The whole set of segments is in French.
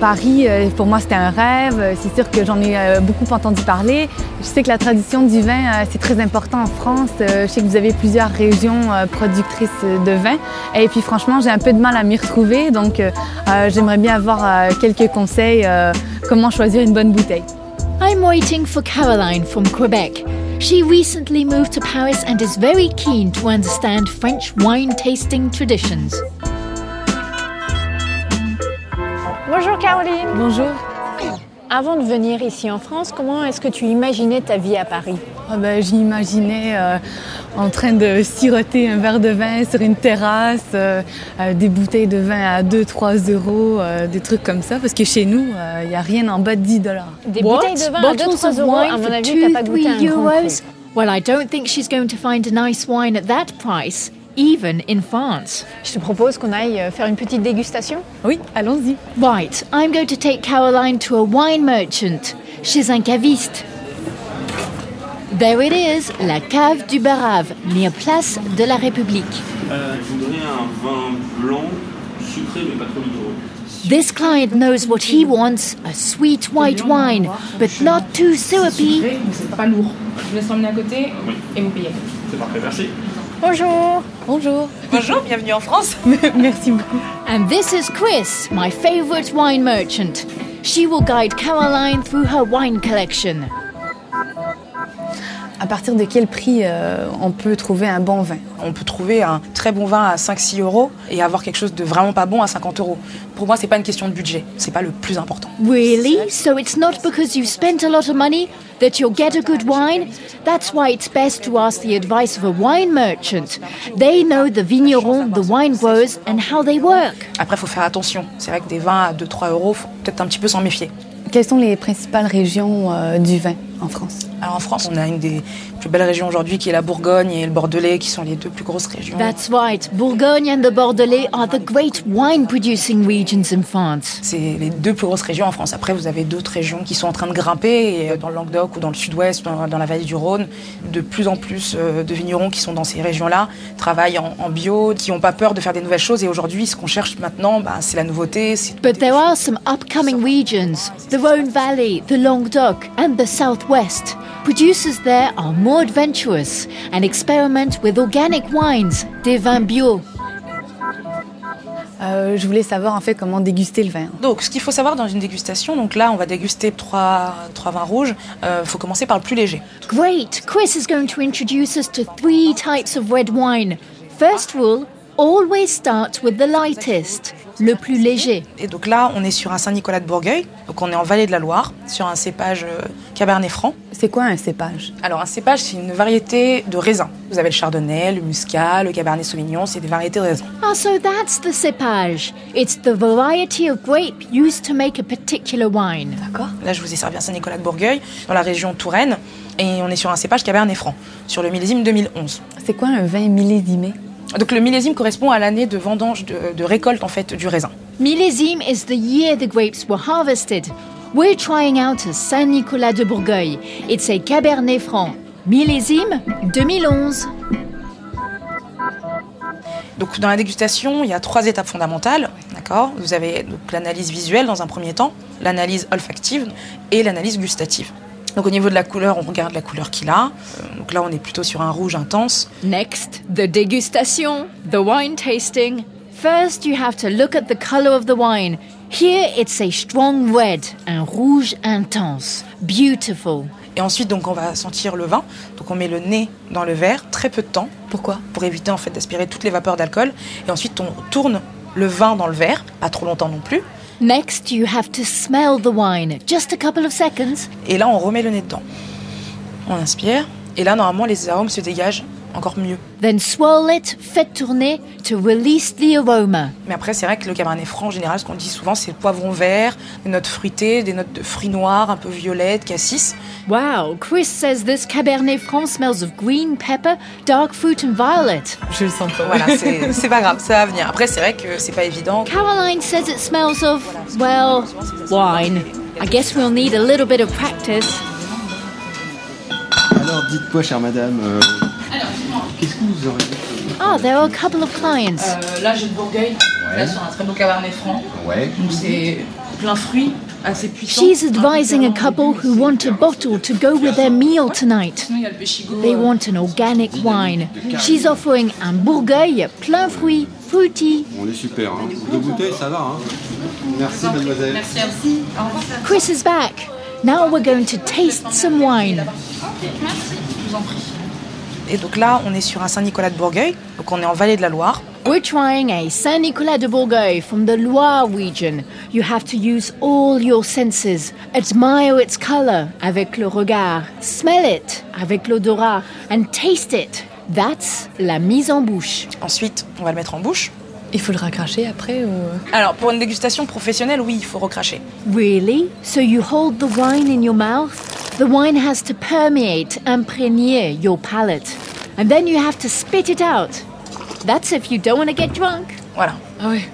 Paris, euh, pour moi, c'était un rêve. C'est sûr que j'en ai euh, beaucoup entendu parler. Je sais que la tradition du vin, euh, c'est très important en France. Euh, Je sais que vous avez plusieurs régions euh, productrices euh, de vin. Et puis, franchement, j'ai un peu de mal à m'y retrouver. Donc, euh, euh, j'aimerais bien avoir euh, quelques conseils euh, comment choisir une bonne bouteille. I'm waiting for Caroline from Quebec. She recently moved to Paris and is very keen to understand French wine tasting traditions. Bonjour Caroline. Bonjour. Avant de venir ici en France, comment est-ce que tu imaginais ta vie à Paris Ah ben, J'imaginais euh, en train de siroter un verre de vin sur une terrasse, euh, euh, des bouteilles de vin à 2-3 euros, euh, des trucs comme ça, parce que chez nous, il n'y a rien en bas de 10 dollars. Des What? bouteilles de vin à Bottles 2-3 of euros, wine à mon for avis, two, t'as pas goûté à un three grand euros? prix. Well, I don't think she's going to find a nice wine at that price, even in France. Je te propose qu'on aille euh, faire une petite dégustation. Oui, allons-y. Right, I'm going to take Caroline to a wine merchant. Chez un caviste. There it is, la cave du Barave, near Place de la République. Euh, je voudrais un vin blanc, sucré mais pas trop liquoreux. This client knows what he wants a sweet white wine, but not too syrupy. donc c'est pas lourd. Je laisse l'emmener à côté Oui. et vous payez. C'est parfait, merci. Bonjour. Bonjour. Bonjour, bienvenue en France. Merci beaucoup. And this is Chris, my favorite wine merchant. She will guide Caroline through her wine collection. À partir de quel prix euh, on peut trouver un bon vin On peut trouver un très bon vin à 5-6 euros et avoir quelque chose de vraiment pas bon à 50 euros. Pour moi, c'est pas une question de budget, c'est pas le plus important. Really? So it's not because you've spent a lot of money that you'll get a good wine? That's why it's best to ask the advice of a wine merchant. They know the vigneron, the wine growers, and how they work. Après, faut faire attention. C'est vrai que des vins à 2-3 euros, faut peut-être un petit peu s'en méfier. Quelles sont les principales régions euh, du vin en France Alors en France, on a une des plus belles régions aujourd'hui qui est la Bourgogne et le Bordelais qui sont les deux plus grosses régions. That's right. Bourgogne and the Bordelais are the great wine producing regions in France. C'est les deux plus grosses régions en France. Après, vous avez d'autres régions qui sont en train de grimper, et euh, dans le Languedoc ou dans le sud-ouest, dans, dans la vallée du Rhône. De plus en plus euh, de vignerons qui sont dans ces régions-là travaillent en, en bio, qui n'ont pas peur de faire des nouvelles choses. Et aujourd'hui, ce qu'on cherche maintenant, bah, c'est la nouveauté. c'est- But there are some upcoming regions the Rhone Valley, the Languedoc, and the Southwest. Producers there are more adventurous and experiment with organic wines, des vins bio. Euh, Je voulais savoir en fait comment déguster le vin. Donc, ce qu'il faut savoir dans une dégustation, donc là, on va déguster trois, trois vins rouges. Il faut commencer par le plus léger. Great! Chris is going to introduce us to three types of red wine. First rule always start with the lightest, le plus léger. Et donc là, on est sur un Saint-Nicolas de Bourgueil. Donc, on est en vallée de la Loire, sur un cépage euh, Cabernet Franc. C'est quoi un cépage Alors un cépage, c'est une variété de raisin. Vous avez le chardonnay, le muscat, le cabernet sauvignon, c'est des variétés de raisin. Ah, so that's the cépage. It's the variety of grape used to make a particular wine. D'accord. Là, je vous ai servi un Saint-Nicolas de Bourgueil, dans la région Touraine, et on est sur un cépage cabernet franc, sur le millésime 2011. C'est quoi un vin millésimé Donc le millésime correspond à l'année de vendange, de, de récolte en fait du raisin. Millésime is the year the grapes were harvested. We're trying out a Saint Nicolas de Bourgueil. It's a Cabernet Franc. Millésime 2011. Donc dans la dégustation, il y a trois étapes fondamentales, d'accord Vous avez donc l'analyse visuelle dans un premier temps, l'analyse olfactive et l'analyse gustative. Donc au niveau de la couleur, on regarde la couleur qu'il a. Euh, Donc là, on est plutôt sur un rouge intense. Next, the dégustation, the wine tasting. First, you have to look at the color of the wine. Here, it's a strong red, un rouge intense. Beautiful. Et ensuite, donc, on va sentir le vin. Donc, on met le nez dans le verre, très peu de temps, Pourquoi pour éviter en fait d'aspirer toutes les vapeurs d'alcool. Et ensuite, on tourne le vin dans le verre, pas trop longtemps non plus. Next, you have to smell the wine. Just a couple of seconds. Et là, on remet le nez dedans. On inspire. Et là, normalement, les arômes se dégagent encore mieux. Then swirl it, faites tourner to release the aroma. Mais après, c'est vrai que le cabernet franc, en général, ce qu'on dit souvent, c'est le poivron vert, des notes fruitées, des notes de fruits noirs, un peu violettes, cassis. Wow, Chris says this Cabernet Franc smells of green pepper, dark fruit, and violet. Je le sens pas. Voilà, c'est c'est pas grave, ça va venir. Après, c'est vrai que c'est pas évident. Caroline says it smells of, well, wine. I guess we'll need a little bit of practice. Alors dites-moi, chère madame, euh, qu'est-ce que vous auriez Ah, there are a couple of clients. Euh, là, j'ai le Bourgueil. Là, sur un très beau cabernet franc. Ouais. Donc, c'est plein fruits, assez puissant. She's advising a couple who want a bottle to go with their meal tonight. Sinon, il y a le Péchigo. They want an organic wine. She's offering un Bourgueil plein fruit, fruity. On est super, hein. Deux bouteilles, ça va, hein. Merci, mademoiselle. Merci à vous. Chris is back. Now we're going to taste some wine. Et donc là, on est sur un Saint-Nicolas de Bourgueil, donc on est en vallée de la Loire. We're trying a Saint Nicolas de Bourgueil from the Loire region. You have to use all your senses. Admire its color avec le regard, smell it avec l'odorat, and taste it. That's la mise en bouche. Ensuite, on va le mettre en bouche. Il faut le raccracher après ou... euh? Alors, pour une dégustation professionnelle, oui, il faut recracher. Really? So you hold the wine in your mouth? The wine has to permeate, imprégner your palate. And then you have to spit it out. That's if you don't want to get drunk. Voilà. Ah ouais.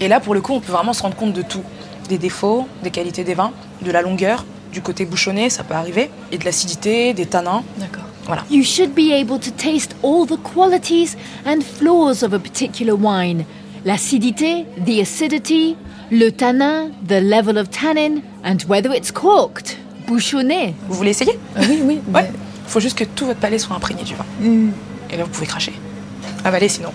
Et là, pour le coup, on peut vraiment se rendre compte de tout. Des défauts, des qualités des vins, de la longueur, du côté bouchonné, ça peut arriver, et de l'acidité, des tanins. D'accord. Voilà. You should be able to taste all the qualities and flaws of a particular wine. L'acidité, the acidity, le tannin, the level of tannin, and whether it's corked, bouchonné. Vous voulez essayer Ah oui, oui. Ouais. mais- Faut juste que tout votre palais soit imprégné du vin. Hmm. Et là, vous pouvez cracher. Avaler sinon.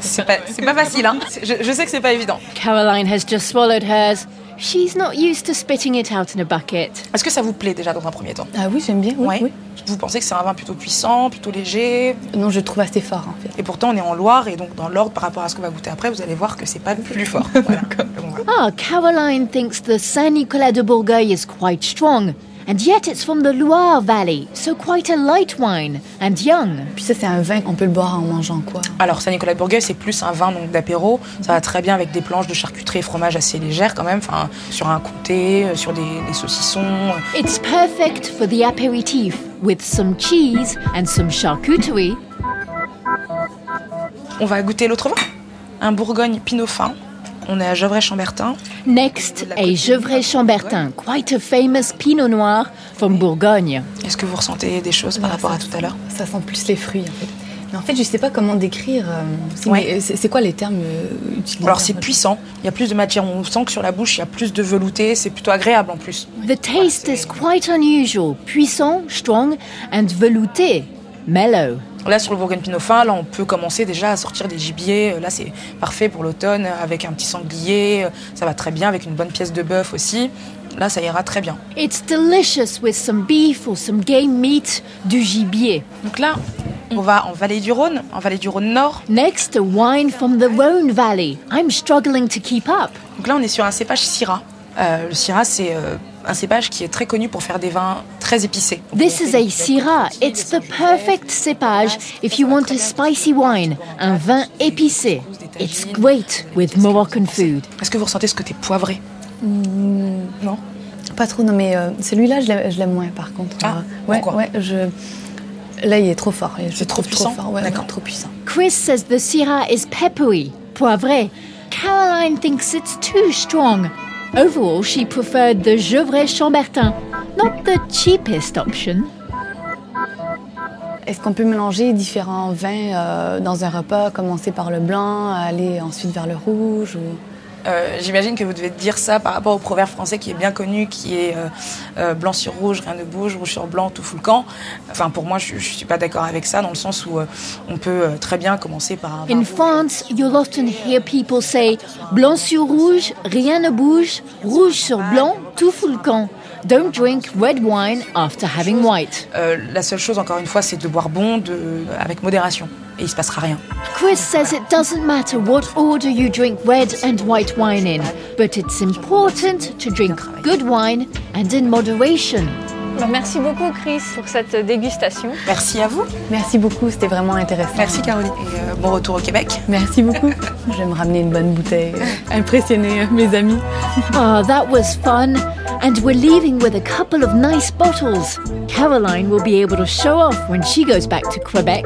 c'est pas, c'est pas facile, hein. C'est- Je, je sais que c'est pas évident. Caroline has just swallowed hers. She's not used to spitting it out in a bucket. Est-ce que ça vous plaît déjà dans un premier temps Ah oui, j'aime bien. Oui, Ouais. oui. Vous pensez que c'est un vin plutôt puissant, plutôt léger Non, je le trouve assez fort en fait. Et pourtant, on est en Loire, et donc dans l'ordre par rapport à ce qu'on va goûter après, vous allez voir que c'est pas le plus fort. Voilà. Bon, voilà. Ah, Caroline thinks the Saint Nicolas de Bourgogne is quite strong, and yet it's from the Loire Valley, so quite a light wine and young. Puis ça, c'est un vin qu'on peut le boire en mangeant quoi. Alors, Saint-Nicolas de Bourgueil, c'est plus un vin donc d'apéro. Ça va très bien avec des planches de charcuterie et fromage assez légères quand même, enfin, sur un comté, euh, sur des, des saucissons. Euh, It's perfect for the aperitif with some cheese and some charcuterie. On va goûter l'autre vin. Un Bourgogne Pinot fin. On est à Gevrey-Chambertin. Next, a Gevrey Chambertin, quite a famous Pinot Noir from Bourgogne. Est-ce que vous ressentez des choses par Ouais, rapport Bah, ça à tout à l'heure Ça sent plus les fruits en fait. Mais en fait, je sais pas comment décrire. euh, c'est- Ouais. mais c'est c'est quoi les termes euh, utilisés Alors c'est en fait puissant, il y a plus de matière, on sent que sur la bouche il y a plus de velouté, c'est plutôt agréable en plus. The taste is quite unusual, puissant, strong, and velouté, mellow. Là sur le Bourgogne Pinot fin, là on peut commencer déjà à sortir des gibiers, Euh, là c'est parfait pour l'automne euh, avec un petit sanglier, euh, ça va très bien avec une bonne pièce de bœuf aussi. Là ça ira très bien. It's delicious with some beef or some game meat, du gibier. Donc là, on va en Vallée du Rhône, en Vallée du Rhône Nord. Next, a wine from the Rhone Valley. I'm struggling to keep up. Donc là, on est sur un cépage Syrah. Euh, le Syrah, c'est euh, un cépage qui est très connu pour faire des vins très épicés. This is a Syrah. It's the perfect cépage if you want a spicy wine, un vin épicé. It's great with Moroccan food. Est-ce que vous ressentez ce côté poivré Non Pas trop, non, mais euh, celui-là, je l'aime je l'aime moins par contre. Ah, Euh, ouais, pourquoi ouais, je... Là, il est trop fort. C'est trop puissant Trop fort, ouais, D'accord. ouais, trop puissant. Chris says the Syrah is peppery, poivré. Caroline thinks it's too strong. Overall, she preferred the Gevrey Chambertin, not the cheapest option. Est-ce qu'on peut mélanger différents vins euh, dans un repas, commencer par le blanc, aller ensuite vers le rouge ou... Euh, J'imagine que vous devez dire ça par rapport au proverbe français qui est bien connu, qui est euh, euh, blanc sur rouge, rien ne bouge, rouge sur blanc, tout fout le camp. Enfin, pour moi, je, je suis pas d'accord avec ça, dans le sens où euh, on peut euh, très bien commencer par un. vin In rouge. France, you'll often hear people say blanc sur rouge, rien ne bouge, rouge sur blanc, tout fout le camp. Don't drink red wine after having white. Euh, la seule chose, encore une fois, c'est de boire bon, de... avec modération, et il se passera rien. Chris says it doesn't matter what order you drink red and white wine in, but it's important to drink good wine and in moderation. Bah, merci beaucoup, Chris, pour cette dégustation. Merci à vous. Merci beaucoup, c'était vraiment intéressant. Merci Caroline. Et euh, bon retour au Québec. Merci beaucoup. Je vais me ramener une bonne bouteille, euh, impressionner euh, mes amis. Ah, that was fun. And we're leaving with a couple of nice bottles. Caroline will be able to show off when she goes back to Quebec.